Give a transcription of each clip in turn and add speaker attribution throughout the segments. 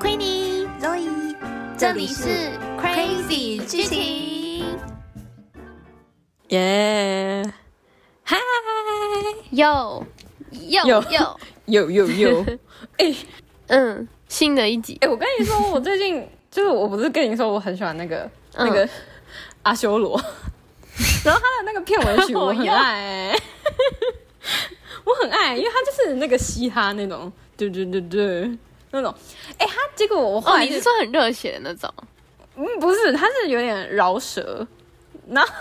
Speaker 1: Queenie，
Speaker 2: Zoe，
Speaker 1: 这里是 Crazy 剧情。
Speaker 2: 耶，嗨，
Speaker 1: 哟哟
Speaker 2: 哟
Speaker 1: 哟，
Speaker 2: 有有有，哎
Speaker 1: 嗯，新的一集，
Speaker 2: 哎，我跟你说，我最近就是我不是跟你说我很喜欢那个、
Speaker 1: 嗯
Speaker 2: 那个阿 修罗，然后他的那个片尾曲
Speaker 1: 我
Speaker 2: 我很
Speaker 1: 要哦
Speaker 2: 爱、 我很爱，因为他就是那个嘻哈那种，对对对对。那种，哎、他结果我后
Speaker 1: 哦，
Speaker 2: 来
Speaker 1: 你是说很热血的那种？
Speaker 2: 嗯，不是，他是有点饶舌，然后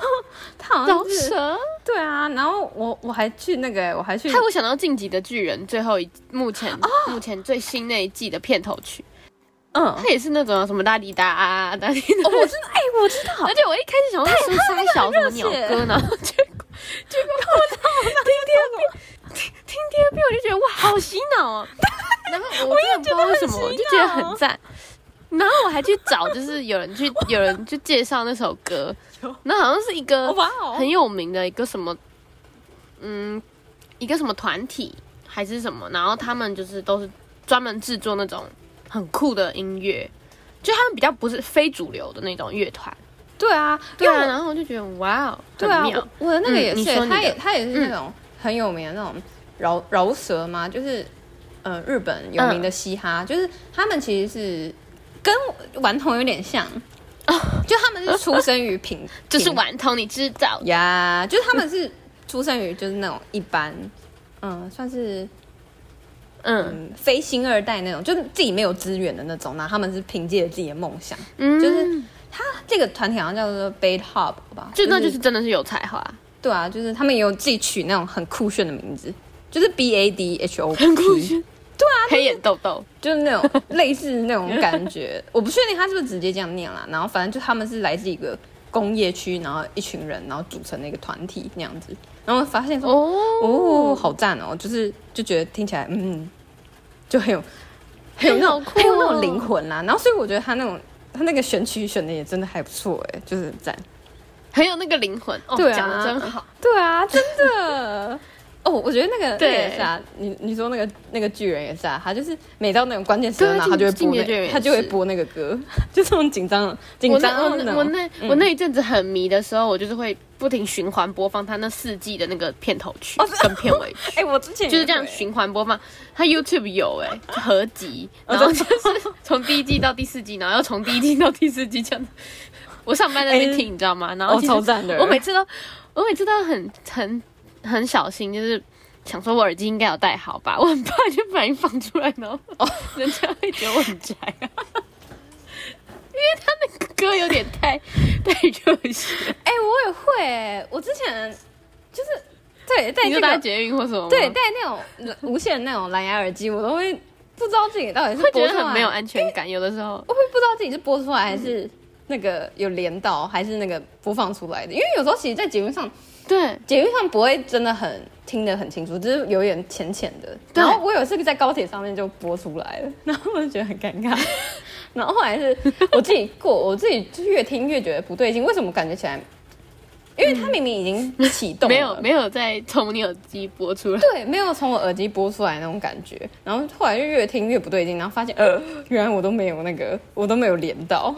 Speaker 2: 他好
Speaker 1: 饶
Speaker 2: 像是
Speaker 1: 舌，
Speaker 2: 对啊，然后我我还去那个、我还去
Speaker 1: 害我想到《晋级的巨人》最后一目前、目前最新那一季的片头曲，
Speaker 2: 嗯，
Speaker 1: 它也是那种什么哒滴哒啊哒滴哒
Speaker 2: 哦，，我知道，哎、我知道
Speaker 1: 而，且我一开始想说是不是沙小什么鸟歌，然后结果结果我听听听听第二遍，我就觉得哇，好洗脑哦。 然后我真的不知道为什么，
Speaker 2: 啊我
Speaker 1: 我
Speaker 2: 也
Speaker 1: 就
Speaker 2: 觉
Speaker 1: 觉
Speaker 2: 得
Speaker 1: 得
Speaker 2: 很洗脑啊
Speaker 1: 很赞。然后我还去找，就是有人去 有人去介绍那首歌
Speaker 2: 有，
Speaker 1: 那好像是一个
Speaker 2: 哇哦，
Speaker 1: 很有名的一个什么，嗯，一个什么团体还是什么，然后他们就是都是专门制作那种很酷的音乐，就他们比较不是非主流的那种乐团。
Speaker 2: 对啊，
Speaker 1: 对
Speaker 2: 因
Speaker 1: 啊，
Speaker 2: 为我
Speaker 1: 然后我就觉得哇哦，
Speaker 2: 对啊
Speaker 1: 很妙，
Speaker 2: 我我的那个
Speaker 1: 嗯
Speaker 2: 也
Speaker 1: 你
Speaker 2: 是，
Speaker 1: 说你
Speaker 2: 他也
Speaker 1: 的嗯
Speaker 2: 他也是那种很有名的那种饶饶舌嘛，就是呃日本有
Speaker 1: 嗯
Speaker 2: 名的嘻哈，就是他们其实是跟顽童有点像。就他们是出生于平，
Speaker 1: 哦 就是
Speaker 2: 平
Speaker 1: 顽童，你知道？
Speaker 2: 呀就是他们是出生于就是那种一般，嗯，算是
Speaker 1: 嗯
Speaker 2: 嗯非星二代那种，就是自己没有资源的那种，然后他们是凭借自己的梦想。
Speaker 1: 嗯，
Speaker 2: 就是他这个团体好像叫做 Bait Hub 吧，
Speaker 1: 就那就是真的是有才华，
Speaker 2: 对啊，就是他们也有自己取那种很酷炫的名字，就是 B A D H O P，
Speaker 1: 很酷炫。对啊，黑眼豆豆，
Speaker 2: 就是那种 类似那种感觉。我不确定他是不是直接这样念啦，然后反正就他们是来自一个工业区，然后一群人，然后组成的一个团体那样子。然后我发现说，哦，
Speaker 1: 哦
Speaker 2: 好赞哦，就是就觉得听起来，嗯，就很有很有那
Speaker 1: 很
Speaker 2: 种
Speaker 1: 好酷哦
Speaker 2: 很有那种灵魂啦。然后所以我觉得他那种他那个选曲选的也真的还不错哎，就是赞。
Speaker 1: 很有那个灵魂。哦
Speaker 2: 对，啊
Speaker 1: 讲的真好。
Speaker 2: 对啊，真的。哦，我觉得那个那个
Speaker 1: 对
Speaker 2: 也是啊，你你说那个那个巨人也是啊，他就是每到那种关键时刻，
Speaker 1: 对啊
Speaker 2: 然后他就会
Speaker 1: 进
Speaker 2: 播
Speaker 1: 进击的巨人也
Speaker 2: 那
Speaker 1: 是
Speaker 2: 他就会播那个歌， 就这种紧张紧
Speaker 1: 我那我
Speaker 2: 张的
Speaker 1: 那
Speaker 2: 种
Speaker 1: 我那
Speaker 2: 嗯
Speaker 1: 我那一阵子很迷的时候，我就是会不停循环播放他那四季的那个片头曲跟片尾曲，
Speaker 2: 哎，我之前也
Speaker 1: 就是这样
Speaker 2: 会
Speaker 1: 循环播放。他 YouTube 有哎就合集，
Speaker 2: 哦
Speaker 1: 然后就是从第一季到第四季，然后又从第一季到第四季这样。我上班在那边
Speaker 2: 哎
Speaker 1: 听，你知道吗？然后
Speaker 2: 哦
Speaker 1: 其实
Speaker 2: 超赞的
Speaker 1: 我每次都我每次都很很很小心，就是。想说我耳机应该有戴好吧，我很怕就不小心放出来，然后
Speaker 2: 哦
Speaker 1: 人家会觉得我很宅啊，因为他那个歌有点太太热血，
Speaker 2: 哎，我也会欸，我之前就是对戴
Speaker 1: 你就
Speaker 2: 哎这
Speaker 1: 搭
Speaker 2: 个
Speaker 1: 捷运或什么吗，
Speaker 2: 对戴那种无线那种蓝牙耳机，我都会不知道自己到底是
Speaker 1: 会觉
Speaker 2: 播
Speaker 1: 得
Speaker 2: 出来
Speaker 1: 很没有安全感，有的时候
Speaker 2: 我会不知道自己是播出来还是那个有连到，还是那个播放出来的，因为有时候其实，在节目上。
Speaker 1: 对，
Speaker 2: 捷运上不会真的很听得很清楚，只是有点浅浅的。
Speaker 1: 对
Speaker 2: 然后我有一次在高铁上面就播出来了， 然后我就觉得很尴 尬。然后后来是我自己过，我自己就越听越觉得不对劲，为什么感觉起来？因为它明明已经启动了，
Speaker 1: 没有没有再从你耳机播出来，
Speaker 2: 对，没有从我耳机播出来那种感觉。然后后来就越听越不对劲，然后发现呃，原来我都没有那个，我都没有连 到。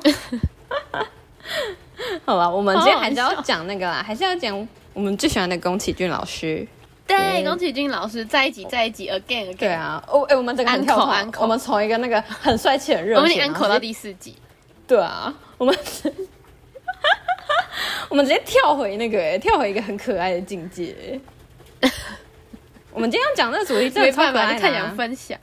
Speaker 2: 好了，我们今天还是
Speaker 1: 好好
Speaker 2: 要
Speaker 1: 笑
Speaker 2: 讲那个啦，还是要讲我们最喜欢的宫崎骏老师。
Speaker 1: 对，宫崎骏老师在一起，在一起，again again，
Speaker 2: 对啊，哦，哎、我们整个很跳
Speaker 1: 安可安可
Speaker 2: 脱，我们从一个那个很帅 气、很热
Speaker 1: 我
Speaker 2: 情，
Speaker 1: 们已经安
Speaker 2: 然后
Speaker 1: 口到
Speaker 2: 直接
Speaker 1: 第四集，
Speaker 2: 对啊，我们 我们直接跳回那个、哎，跳回一个很可爱的境界、 哎我们今天要讲这个主题真
Speaker 1: 没
Speaker 2: 的超
Speaker 1: 办
Speaker 2: 可
Speaker 1: 法，就
Speaker 2: 爱的
Speaker 1: 太
Speaker 2: 啊、
Speaker 1: 想分享。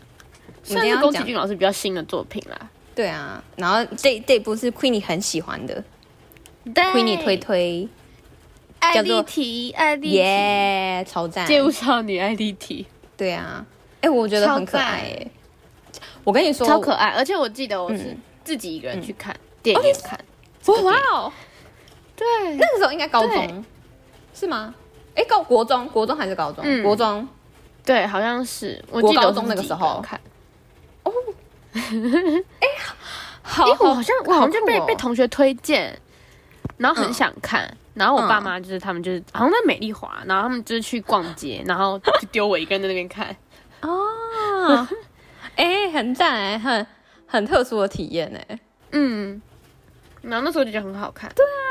Speaker 2: 我
Speaker 1: 算
Speaker 2: 们今天
Speaker 1: 是
Speaker 2: 要
Speaker 1: 宫崎
Speaker 2: 讲
Speaker 1: 骏老师比较新的作品啦。
Speaker 2: 对啊，然后这这部是 Queenie 很喜欢的
Speaker 1: 对
Speaker 2: ，Queenie 推推，
Speaker 1: 艾
Speaker 2: 叫
Speaker 1: 丽
Speaker 2: 做
Speaker 1: 缇，艾丽 缇，
Speaker 2: 耶、超赞，
Speaker 1: 街舞少女艾丽缇，
Speaker 2: 对啊，哎、我觉得很可爱、
Speaker 1: 超
Speaker 2: 哎，我跟你说，
Speaker 1: 超可爱。而且我记得我是自己一个人去看电影看，
Speaker 2: 哇哇嗯哦，
Speaker 1: 对，
Speaker 2: 那个时候应该高
Speaker 1: 对
Speaker 2: 中是吗？哎、高国中，国中还是高中？
Speaker 1: 嗯
Speaker 2: 国中
Speaker 1: 对，好像是我
Speaker 2: 国
Speaker 1: 记得
Speaker 2: 高
Speaker 1: 我是
Speaker 2: 中那
Speaker 1: 自
Speaker 2: 个
Speaker 1: 己
Speaker 2: 时
Speaker 1: 一人
Speaker 2: 候
Speaker 1: 看，
Speaker 2: 好
Speaker 1: 因为我好像我好像就被
Speaker 2: 酷哦
Speaker 1: 被同学推荐，然后很
Speaker 2: 嗯
Speaker 1: 想看。然后我爸
Speaker 2: 嗯
Speaker 1: 妈就是他们就是好像在美丽华，然后他们就是去逛街，然后就丢我一个人在那边看。
Speaker 2: 哦。哎、哎、很赞哎、很很特殊的体验哎、
Speaker 1: 嗯，然后那时候就觉得很好看。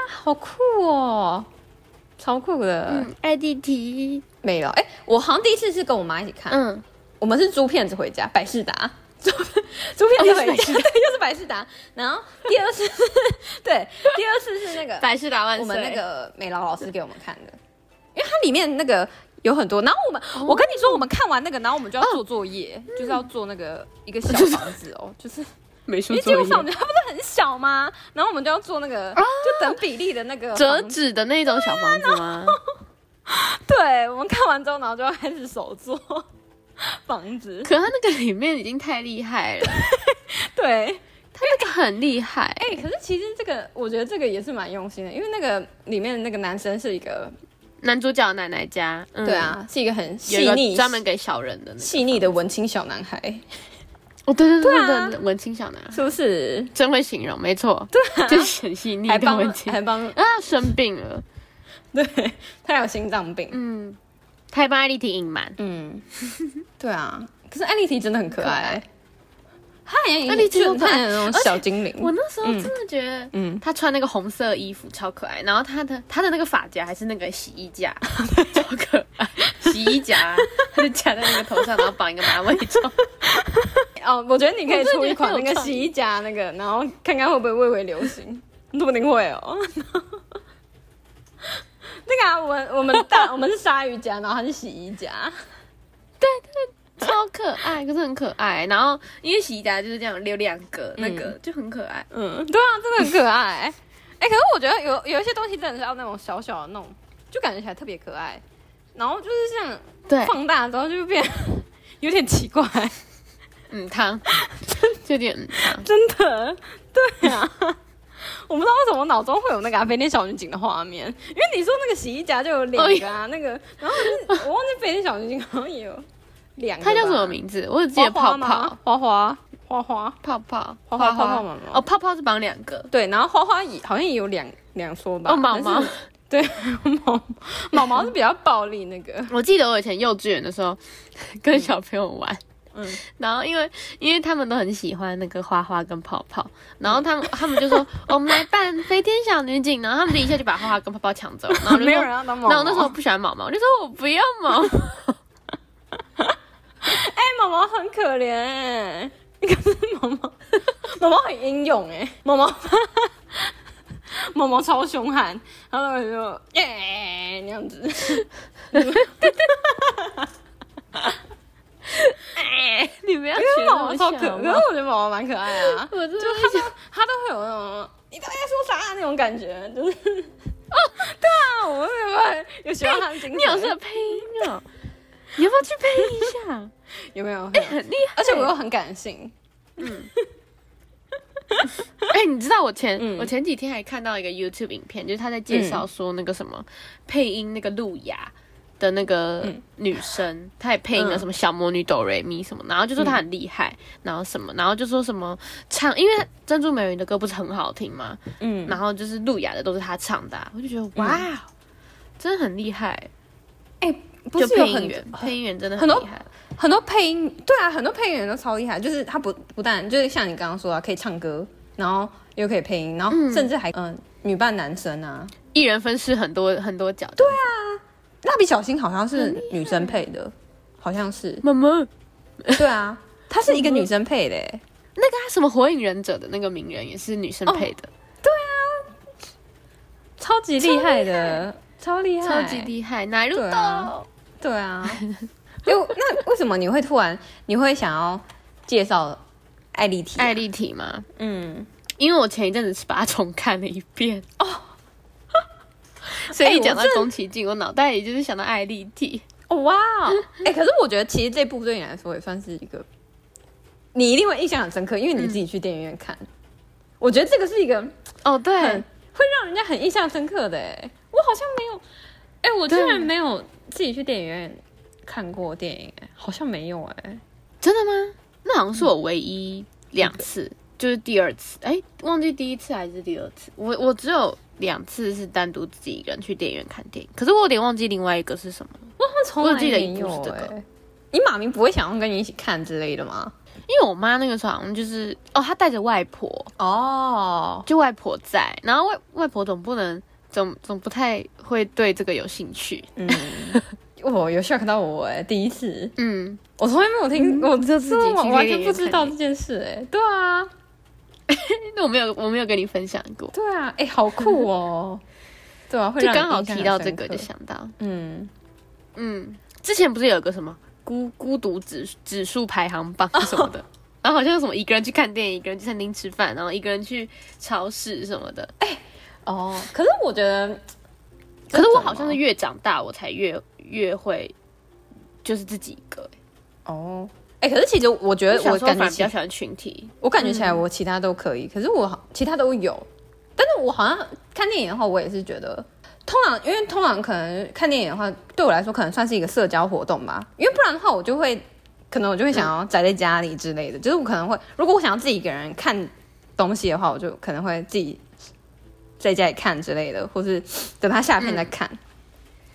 Speaker 2: 好酷哦，超酷的，
Speaker 1: 嗯，爱地题，
Speaker 2: 没了哎、我好像第一次是跟我妈一起看，
Speaker 1: 嗯，
Speaker 2: 我们是租片子回家，百事达。 租租片子回
Speaker 1: 哦又是百
Speaker 2: 家，
Speaker 1: 事
Speaker 2: 对， 又是百事达。然后第二次是， 对，第二次是 那个
Speaker 1: 百事达万岁。
Speaker 2: 我们那个美劳老师给我们看的，因为它里面那个有很多。然后我们，
Speaker 1: 哦
Speaker 2: 我跟你说，我们看完那个，然后我们就要做作业，就是要做那个一个小房子哦， 就是
Speaker 1: 美术
Speaker 2: 因为
Speaker 1: 作
Speaker 2: 基本上我
Speaker 1: 业，
Speaker 2: 们它不是很小吗？然后我们就要做那个就等比例的那个
Speaker 1: 啊折
Speaker 2: 房子。
Speaker 1: 纸的那种小房子吗？
Speaker 2: 对，我们看完之后，然后就要开始 手做房子。
Speaker 1: 可他那个里面已经太厉害 了，
Speaker 2: 对，
Speaker 1: 他那个很厉害。
Speaker 2: 哎、可是其实这个，我觉得这个也是蛮用心的，因为那个里面的那个男生是一个，
Speaker 1: 男主角奶奶家，嗯
Speaker 2: 对，啊，是一个很
Speaker 1: 有一
Speaker 2: 细
Speaker 1: 个
Speaker 2: 腻、
Speaker 1: 专门给小人的那个。
Speaker 2: 细腻的文青小男孩。
Speaker 1: 哦，对对
Speaker 2: 对
Speaker 1: 对
Speaker 2: 啊
Speaker 1: 对对，文青小男孩。
Speaker 2: 是不是？
Speaker 1: 真会形容，没错，对、啊就是很细腻
Speaker 2: 还
Speaker 1: 的
Speaker 2: 帮
Speaker 1: 文青
Speaker 2: 还 帮，
Speaker 1: 啊，生病了，
Speaker 2: 对他有心脏病。
Speaker 1: 嗯，他还帮艾丽缇隐瞒，
Speaker 2: 嗯， 对啊。可是艾丽缇真的很可爱，她很像
Speaker 1: 艾丽缇
Speaker 2: 就
Speaker 1: 很可
Speaker 2: 她
Speaker 1: 爱
Speaker 2: 很像那种小精灵。
Speaker 1: 我那时候真的觉得，
Speaker 2: 嗯
Speaker 1: 嗯，他穿那个红色衣服超可爱，然后他的他的那个发夹还是那个洗衣 架，超可爱，洗衣夹，他就夹在那个头上，然后绑一个马尾罩，
Speaker 2: 哦，我觉得你可以
Speaker 1: 我真的
Speaker 2: 出一
Speaker 1: 觉得
Speaker 2: 款
Speaker 1: 很
Speaker 2: 那
Speaker 1: 有
Speaker 2: 个
Speaker 1: 创意
Speaker 2: 洗衣夹那个，然后看看会不会蔚为流行，说不定会哦。那个啊，我们我们大我们是鲨鱼夹，然后它是洗衣夹，
Speaker 1: 超可爱，可是很可爱。然后因为洗衣夹就是这样留两格，那个、就很可爱。
Speaker 2: 嗯， 对啊，真的很可爱。哎、可是我觉得有有一些东西真的是要那种小小的那种，就感觉起来特别可爱，然后就是这样
Speaker 1: 对，
Speaker 2: 放大之后就变 有点奇 怪，
Speaker 1: 嗯， 汤，就有点嗯汤。
Speaker 2: 真的，对啊。 我不知道为什么我脑中会有那个、啊、飞天小女警的画面，因为你说那个洗衣夹就有两
Speaker 1: 哎
Speaker 2: 个啊，那个，然后我就我忘记飞天小女警好像也有两个吧，
Speaker 1: 他叫什么名字？我只记
Speaker 2: 花
Speaker 1: 得
Speaker 2: 花
Speaker 1: 泡
Speaker 2: 吗
Speaker 1: 泡，？
Speaker 2: 花花花花，
Speaker 1: 泡泡，
Speaker 2: 花花泡泡毛毛
Speaker 1: 哦，泡泡是绑两个，
Speaker 2: 对，然后花花也好像也有两两说吧，
Speaker 1: 哦，毛毛
Speaker 2: 但是。 对，毛毛毛是比较暴力那 个，
Speaker 1: 我记得我以前幼稚园的时候 跟小朋友玩，
Speaker 2: 嗯
Speaker 1: 嗯，然后因为因为他们都很喜欢那个花花跟泡泡，然后他们他们就 说哦我们来扮飞天小女警，然后他们就一下就把花花跟泡泡抢走，然后我就
Speaker 2: 没有
Speaker 1: 说，
Speaker 2: 人要当毛
Speaker 1: 然后我那
Speaker 2: 毛。
Speaker 1: 时候不喜欢毛毛，我就说我不要毛，
Speaker 2: 哎、毛毛很可怜哎、可是毛毛，毛毛很英勇哎、毛毛，毛毛超凶悍，然后我就说耶那样子，
Speaker 1: 哎，你们要
Speaker 2: 因
Speaker 1: 学
Speaker 2: 为毛毛
Speaker 1: 那
Speaker 2: 超
Speaker 1: 种
Speaker 2: 可，
Speaker 1: 小毛，
Speaker 2: 可是我觉得毛毛蛮可爱啊，
Speaker 1: 我真的
Speaker 2: 就他都他都会有那种你到底在说啥那种感觉，就是哦，对啊，我们有没哎有有喜欢他的精神？
Speaker 1: 你好适合配音 哦，你要不要去配一下？
Speaker 2: 有没有？
Speaker 1: 很厉害，
Speaker 2: 而且我又很感性，
Speaker 1: 哎、你知道我前、
Speaker 2: 嗯
Speaker 1: 我前几天还看到一个 YouTube 影片，就是他在介绍说那个什么、配音那个路雅的那个
Speaker 2: 嗯
Speaker 1: 女生，她也配音了
Speaker 2: 嗯
Speaker 1: 什么小魔女哆瑞咪什么，然后就说她很厉害，然后什么，然后就说什么唱，因为珍珠美人鱼的歌不是很好听吗？
Speaker 2: 嗯，
Speaker 1: 然后就是路雅的都是她唱的啊、我就觉得哇。真的很厉害，
Speaker 2: 哎、不
Speaker 1: 就是
Speaker 2: 有
Speaker 1: 配音
Speaker 2: 很
Speaker 1: 员，配音员真的
Speaker 2: 很多
Speaker 1: 厉害。
Speaker 2: 很多配音，对啊，很多配音员都超厉害，就是他不不但就是像你刚刚说啊，可以唱歌，然后又可以配音，然后甚至还嗯、女扮男生啊。
Speaker 1: 一人分饰很多很多角，对啊，，
Speaker 2: 蜡笔小新好像是女生配的，好像是
Speaker 1: 妈妈，
Speaker 2: 对啊，她是一个女生配的欸，
Speaker 1: 那个啊什么火影忍者的那个鸣人也是女生
Speaker 2: 哦
Speaker 1: 配的，
Speaker 2: 啊超级厉害的，超厉
Speaker 1: 超级厉害，哪路
Speaker 2: 对啊
Speaker 1: 豆？
Speaker 2: 对啊。就那为什么你会突然你会想要介绍艾丽缇？
Speaker 1: 艾丽缇吗？
Speaker 2: 嗯，
Speaker 1: 因为我前一阵子是把它重看了一 遍哦，所以一讲到
Speaker 2: 哎我真
Speaker 1: 宫崎骏，我脑袋里就是想到艾丽缇。
Speaker 2: 哦哇哦，哎、可是我觉得其实这部对你来说也算是一个，你一定会印象很深刻，因为你
Speaker 1: 嗯
Speaker 2: 自己去电影院看。我觉得这个是一个很
Speaker 1: 哦，对，
Speaker 2: 会让人家很印象深刻的，哎，我好像没有，哎、我居
Speaker 1: 对
Speaker 2: 然没有自己去电影院看过电影，哎，好像没有，哎，
Speaker 1: 真的吗？那好像是我唯一两次，
Speaker 2: 嗯
Speaker 1: 就是第二次，哎，忘记第一次还是第二次，我我只有两次是单独自己一个人去电影院看电影，可是我有点忘记另外一个是什么了。
Speaker 2: 我好像从来
Speaker 1: 我记得
Speaker 2: 没
Speaker 1: 一部
Speaker 2: 有欸
Speaker 1: 是这个
Speaker 2: 哎。你妈咪不会想要跟你一起看之类的吗？
Speaker 1: 因为我妈那个时候好像就是哦，她带着外婆，
Speaker 2: 哦，
Speaker 1: 就外婆在，然后外外婆总不能总总不太会对这个有兴趣，
Speaker 2: 嗯，我哦有 shock 到我哎，第一次，
Speaker 1: 嗯，
Speaker 2: 我从来没有听，我
Speaker 1: 就自己
Speaker 2: 我
Speaker 1: 去
Speaker 2: 完
Speaker 1: 电影
Speaker 2: 全不
Speaker 1: 院
Speaker 2: 知
Speaker 1: 看
Speaker 2: 道
Speaker 1: 电
Speaker 2: 这件事哎，对啊，
Speaker 1: 那我没有我没有跟你分享过，
Speaker 2: 对啊，哎，好 酷哦，对啊，会
Speaker 1: 就
Speaker 2: 让
Speaker 1: 刚
Speaker 2: 你
Speaker 1: 好
Speaker 2: 印象
Speaker 1: 提
Speaker 2: 很
Speaker 1: 到
Speaker 2: 深
Speaker 1: 这个
Speaker 2: 刻
Speaker 1: 就想到，
Speaker 2: 嗯，
Speaker 1: 嗯，之前不是有个什么孤孤独指指数排行榜什么的。 然后好像有什么一个人去看电影，一个人去餐厅吃饭，然后一个人去超市什么的。
Speaker 2: 哦，可是我觉得，
Speaker 1: 可是
Speaker 2: 这
Speaker 1: 我
Speaker 2: 种
Speaker 1: 好像
Speaker 2: 哦
Speaker 1: 是越长大，我才越越会就是自己一个、欸。
Speaker 2: 哦，哎、可是其实我觉得
Speaker 1: 小
Speaker 2: 我
Speaker 1: 时候
Speaker 2: 感
Speaker 1: 反
Speaker 2: 觉
Speaker 1: 而比
Speaker 2: 起
Speaker 1: 较，喜欢群体，
Speaker 2: 我感觉起来
Speaker 1: 嗯
Speaker 2: 我其他都可以，可是我好其他都有，但是我好像看电影的话，我也是觉得。通常，因为通常可能看电影的话，对我来说可能算是一个社交活动吧。因为不然的话，我就会，可能我就会想要宅在家里之类的。就是我可能会，如果我想要自己一个人看东西的话，我就可能会自己在家里看之类的，或是等它下片再看。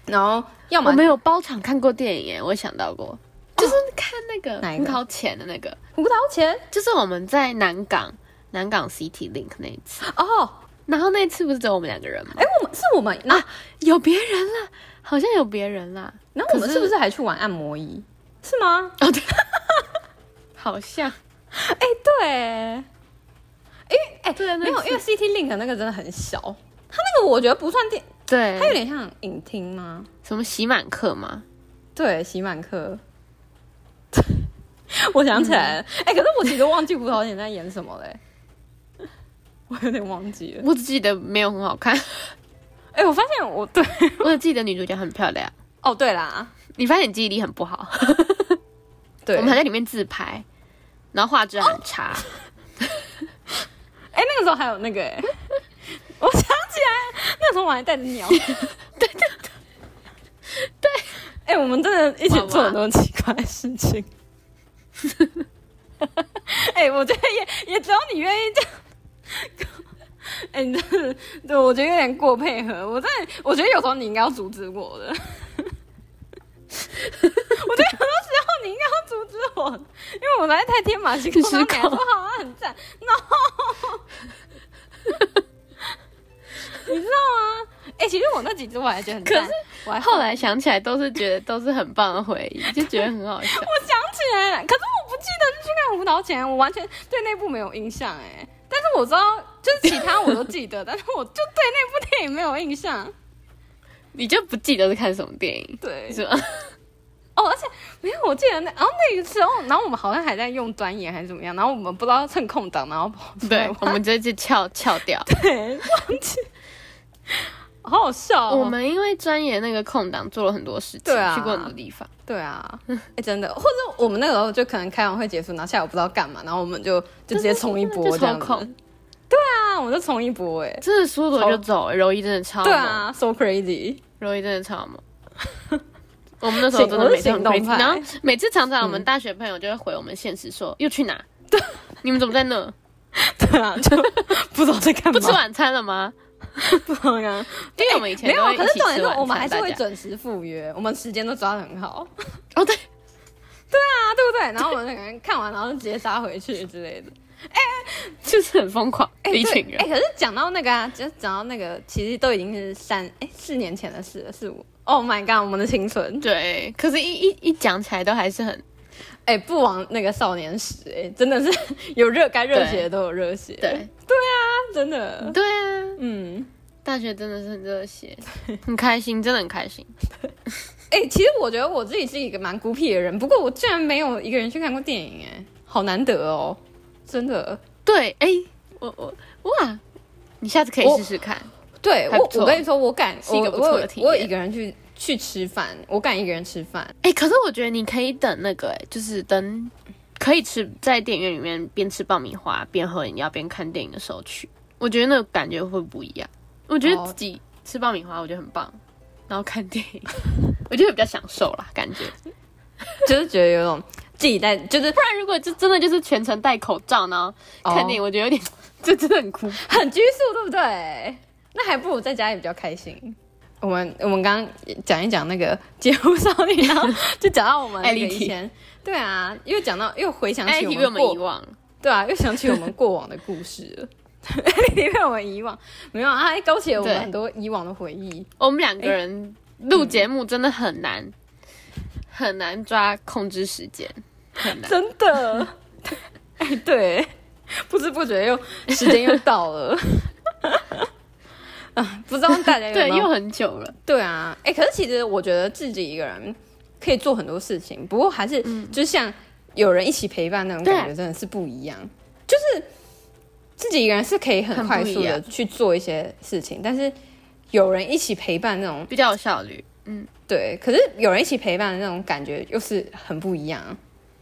Speaker 2: 然后，要
Speaker 1: 嗯我
Speaker 2: 么
Speaker 1: 没有包场看过电影、欸，我想到过，就是看那个
Speaker 2: 哦哪一
Speaker 1: 很
Speaker 2: 个
Speaker 1: 靠前的那个，
Speaker 2: 胡桃钳
Speaker 1: 就是我们在南港南港 City Link 那一次，
Speaker 2: 哦，
Speaker 1: 然后那次不是只有我们两个人吗？啊
Speaker 2: 哎、我们是我们那、
Speaker 1: 有别人啦，好像有别人啦，
Speaker 2: 然后我
Speaker 1: 可
Speaker 2: 们
Speaker 1: 是
Speaker 2: 是不是还去玩按摩椅？是吗？
Speaker 1: 哦 好像
Speaker 2: 哎、对，
Speaker 1: 对啊，那
Speaker 2: 没有，
Speaker 1: 次
Speaker 2: 因为 CT Link 那个真的很小，它那个我觉得不算电，它
Speaker 1: 对
Speaker 2: 有点像影厅吗？
Speaker 1: 什么洗满课嘛，
Speaker 2: 对，洗满课。 我想起来了，哎、可是我其实忘记胡桃姐在演什么嘞、 我有点忘记了。
Speaker 1: 我只记得没有很好 看，
Speaker 2: 哎、我发现我对，
Speaker 1: 我只记得女主角很漂亮。
Speaker 2: 哦对啦，
Speaker 1: 你发现你记忆力很不好，
Speaker 2: 对，
Speaker 1: 我们还在里面自拍，然后画质很差。
Speaker 2: 哦哎、那个时候还有那个哎、我想起来，那时候我还带着 鸟。对对对对，哎、我们真的一起做很多奇怪的事情。哎、我觉得也也只有你愿意这样。哎、你真的，对我觉得有点过配合。我真的，我觉得有时候你应该要阻止我的。我觉得很多时候你应该要阻止我，因为我来太天马行空了。
Speaker 1: 失
Speaker 2: 你
Speaker 1: 控
Speaker 2: 还说好啊，很赞。你知道吗？哎、其实我那几只我还觉得很赞，
Speaker 1: 可是
Speaker 2: 我还
Speaker 1: 后来想起来都是觉得都是很棒的回忆，就觉得很好 笑。
Speaker 2: 我想起来了，可是我不记得是去看舞蹈前，我完全对那部没有印象哎。但是我知道，就是其他我都记得，但是我就对那部电影没有 印象。
Speaker 1: 你就不记得是看什么电影
Speaker 2: 对，
Speaker 1: 是吧？
Speaker 2: 哦，而且没有，我记得那，然后那个时候，然后我们好像还在用端言还是怎么样，然后我们不知道趁空档，然后跑出
Speaker 1: 对
Speaker 2: 来 玩，
Speaker 1: 我们直接翘翘掉。
Speaker 2: 对，忘记，好好笑、哦。
Speaker 1: 我们因为钻研那个空档做了很多事情，
Speaker 2: 对啊
Speaker 1: 去过很多地方。
Speaker 2: 对啊， 哎、真的，或者我们那个时候就可能开完会结束，然后下午不知道干嘛，然后我们就就直接冲一波
Speaker 1: 就
Speaker 2: 这
Speaker 1: 抽
Speaker 2: 样子。
Speaker 1: 空，
Speaker 2: 啊，我们就冲一波哎、
Speaker 1: 真的说走就走、柔一真的超
Speaker 2: 对
Speaker 1: 猛，
Speaker 2: 啊，so crazy。
Speaker 1: 柔一真的超猛。我们那时候真的每次很
Speaker 2: 行我是行动
Speaker 1: crazy，
Speaker 2: 派嗯
Speaker 1: 然后每次常常我们大学朋友就会回我们现实说、又去哪？ 你们怎么在 那？
Speaker 2: 对啊，就不知道在干嘛，
Speaker 1: 不吃晚餐了吗？
Speaker 2: 不知道在干嘛。
Speaker 1: 因为我们以前
Speaker 2: 没有啊
Speaker 1: 都会，一
Speaker 2: 可是
Speaker 1: 起
Speaker 2: 重点
Speaker 1: 吃
Speaker 2: 是
Speaker 1: 晚餐
Speaker 2: 我们还是
Speaker 1: 大
Speaker 2: 会
Speaker 1: 家
Speaker 2: 准时赴约，我们时间都抓的很好，对
Speaker 1: 哦，对，
Speaker 2: 啊，对不对？然后我们可能看完，然后就直接杀回去之类 的。
Speaker 1: 就是很疯狂的
Speaker 2: 哎，
Speaker 1: 一
Speaker 2: 对
Speaker 1: 群人。
Speaker 2: 哎，可是讲到那个啊，就讲到那个，其实都已经是三哎四年前的事了，是我。Oh my god，我们的青春，
Speaker 1: 对，可是一，一一讲起来都还是很
Speaker 2: 哎，不枉那个少年时，哎，真的是有热该热血的都有热血，
Speaker 1: 对
Speaker 2: 啊，真的，
Speaker 1: 对啊，
Speaker 2: 嗯。
Speaker 1: 大学真的是很热血，很开心，真的很开心。
Speaker 2: 哎、其实我觉得我自己是一个蛮孤僻的人，不过我居然没有一个人去看过电影、哎，好难得哦，真的。
Speaker 1: 对，哎、我我哇，你下次可以
Speaker 2: 我
Speaker 1: 试试看。
Speaker 2: 对
Speaker 1: 还
Speaker 2: 我
Speaker 1: 不，错
Speaker 2: 我跟你说，我敢，
Speaker 1: 是一个
Speaker 2: 我
Speaker 1: 不错的
Speaker 2: 我有
Speaker 1: 体验
Speaker 2: 我有一个人去去吃饭，我敢一个人吃饭。
Speaker 1: 哎、可是我觉得你可以等那个、哎，就是等可以吃在电影院里面边吃爆米花边喝饮料边看电影的时候去，我觉得那个感觉会不一样。我觉得
Speaker 2: 哦
Speaker 1: 自己吃爆米花，我觉得很棒，然后看电影，我觉得比较享受啦，感觉。
Speaker 2: 哦就是觉得有种自己在，就是
Speaker 1: 不然如果就真的就是全程戴口罩呢，
Speaker 2: 哦
Speaker 1: 看电影我觉得有点，这真的很酷。
Speaker 2: 很拘束，对不对？那还不如在家里比较开心。我们我们刚刚讲一讲那个《街舞少女》，然后就讲到我们
Speaker 1: 哎
Speaker 2: 那
Speaker 1: 离
Speaker 2: 个
Speaker 1: 题
Speaker 2: 以前对啊，又讲到又回想
Speaker 1: 哎，
Speaker 2: 起
Speaker 1: 你
Speaker 2: 我
Speaker 1: 被我
Speaker 2: 们
Speaker 1: 们
Speaker 2: 过
Speaker 1: 遗忘，
Speaker 2: 对啊，又想起我们过往的故事 了。你被我们遗忘，没有啊？它勾起了我
Speaker 1: 对
Speaker 2: 们很多以往的回忆。
Speaker 1: 我们两个人录节目真的很难，很难抓控制时间，很难。
Speaker 2: 真的，哎， 对，不知不觉又时间又到了。 啊，不知道大家有没
Speaker 1: 对，
Speaker 2: 有
Speaker 1: 又很久了。
Speaker 2: 对啊，哎、可是其实我觉得自己一个人可以做很多事情，不过还是、就像有人一起陪伴那种感觉，
Speaker 1: 对
Speaker 2: 真的是不一样。就是自己一个人是可以很
Speaker 1: 很
Speaker 2: 快
Speaker 1: 不一
Speaker 2: 速的
Speaker 1: 样
Speaker 2: 去做一些事情，但是有人一起陪伴那种
Speaker 1: 比较有效率。嗯，
Speaker 2: 对，可是有人一起陪伴的那种感觉又是很不一样。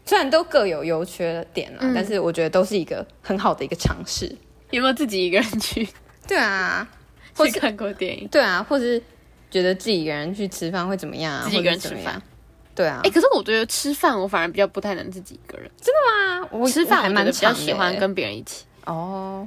Speaker 2: 虽然都各有优缺的点啦，
Speaker 1: 嗯
Speaker 2: 但是我觉得都是一个很好的一个尝试。
Speaker 1: 有没有自己一个人去
Speaker 2: 对啊，或
Speaker 1: 去
Speaker 2: 是
Speaker 1: 看过电影？
Speaker 2: 对啊，或是觉得自己一个人去吃饭会怎么样啊？
Speaker 1: 自己一个人
Speaker 2: 或者怎么
Speaker 1: 吃饭
Speaker 2: 样，对啊。
Speaker 1: 哎、可是我觉得吃饭我反而比较不太能自己一个人。
Speaker 2: 啊，我
Speaker 1: 吃饭
Speaker 2: 我还
Speaker 1: 我觉
Speaker 2: 蛮
Speaker 1: 得比较
Speaker 2: 常的
Speaker 1: 喜欢
Speaker 2: 欸
Speaker 1: 跟别人一起
Speaker 2: 哦，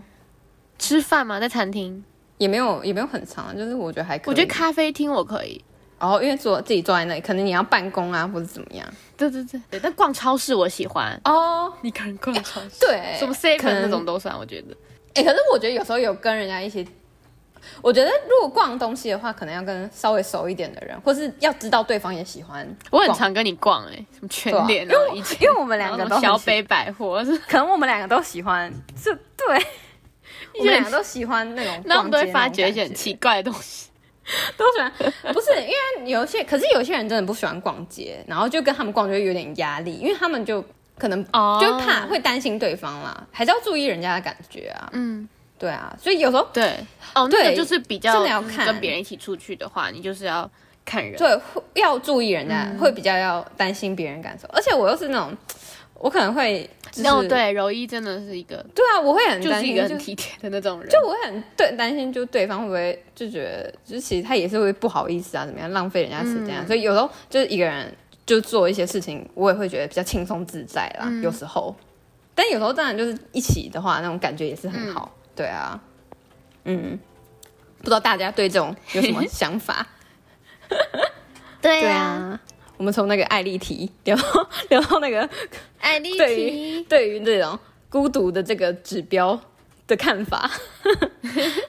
Speaker 1: 吃饭吗？在餐厅，
Speaker 2: 也没有也没有很长，就是我觉得还可以。
Speaker 1: 我觉得咖啡厅我可以。
Speaker 2: 哦，因为坐自己坐在那里，可能你要办公啊，或者怎么样。
Speaker 1: 对对对对，但逛超市我喜欢。
Speaker 2: 哦，
Speaker 1: 你可能逛超市，
Speaker 2: 对，
Speaker 1: 什么 seven
Speaker 2: 可能
Speaker 1: 那种都算，我觉得。
Speaker 2: 哎、可是我觉得有时候有跟人家一起，我觉得如果逛东西的话，可能要跟稍微熟一点的人，或是要知道对方也喜欢
Speaker 1: 我
Speaker 2: 逛。
Speaker 1: 很常跟你逛哎、什么全联
Speaker 2: 对啊因为
Speaker 1: 以前
Speaker 2: 因为我们两个
Speaker 1: 然后
Speaker 2: 都很
Speaker 1: 小
Speaker 2: 喜
Speaker 1: 北百货， 是
Speaker 2: 可能我们两个都喜欢，这 对，我们两个都喜欢那种，
Speaker 1: 那我们都会发
Speaker 2: 觉
Speaker 1: 觉一些很奇怪的东西。
Speaker 2: 都喜欢，不 是因为有些，可是有些人真的不喜欢逛街，然后就跟他们逛就会有点压力，因为他们就可能
Speaker 1: 哦
Speaker 2: 就会怕会担心对方啦，还是要注意人家的感觉啊，
Speaker 1: 嗯，
Speaker 2: 对啊，所以有时候
Speaker 1: 对， 哦，那
Speaker 2: 对
Speaker 1: 个就是比较
Speaker 2: 真的要
Speaker 1: 就是
Speaker 2: 看
Speaker 1: 跟别人一起出去的话，你就是要看人。
Speaker 2: 对会要注意人家，
Speaker 1: 嗯
Speaker 2: 会比较要担心别人感受，而且我又是那种，我可能会就是、
Speaker 1: 哦，对，柔一真的是一个，
Speaker 2: 对啊，我会很
Speaker 1: 就
Speaker 2: 担
Speaker 1: 是一
Speaker 2: 心，
Speaker 1: 个
Speaker 2: 就
Speaker 1: 很体贴的那种人。
Speaker 2: 就我会很对担心，就对方会不会就觉得，就是其实他也是会不好意思啊，怎么样浪费人家时间啊，所以有时候就是一个人就做一些事情，我也会觉得比较轻松自在啦，有时候。但有时候当然就是一起的话，那种感觉也是很好，对啊，嗯，不知道大家对这种有什 么想法？
Speaker 1: 对
Speaker 2: 对，啊，我们从那个艾丽缇聊到聊到那个
Speaker 1: 艾丽
Speaker 2: 对于
Speaker 1: 缇，
Speaker 2: 对于这种孤独的这个指标的看法，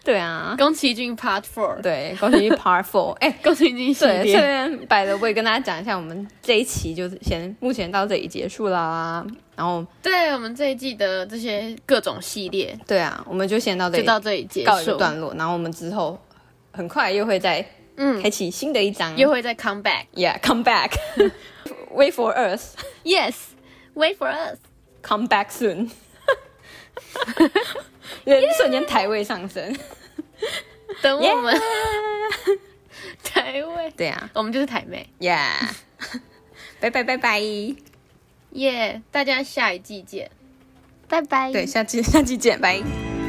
Speaker 2: 对啊，
Speaker 1: 宫崎骏 Part Four，
Speaker 2: 对，恭喜 Part Four。哎、
Speaker 1: 宫崎骏系
Speaker 2: 对，
Speaker 1: 列，
Speaker 2: 这边摆的我也跟大家讲一下，我们这一期就是先目前到这里结束啦。然后，
Speaker 1: 对我们这一季的这些各种系列
Speaker 2: 对啊，我们就先到这
Speaker 1: 就
Speaker 2: 里
Speaker 1: 到这里结
Speaker 2: 告一个
Speaker 1: 束，
Speaker 2: 段落。然后我们之后很快又会再
Speaker 1: 嗯，
Speaker 2: 开启新的一章、
Speaker 1: 又会再 come back。
Speaker 2: Yeah，come back，wait for us，come
Speaker 1: Yes，wait for us。
Speaker 2: back soon 。人瞬间台位上升，
Speaker 1: 等我们 台位，
Speaker 2: 对啊
Speaker 1: 我们就是台妹
Speaker 2: ，Yeah，拜拜拜拜，
Speaker 1: 耶大家下一季见，拜拜。
Speaker 2: 对，下期下期见，拜。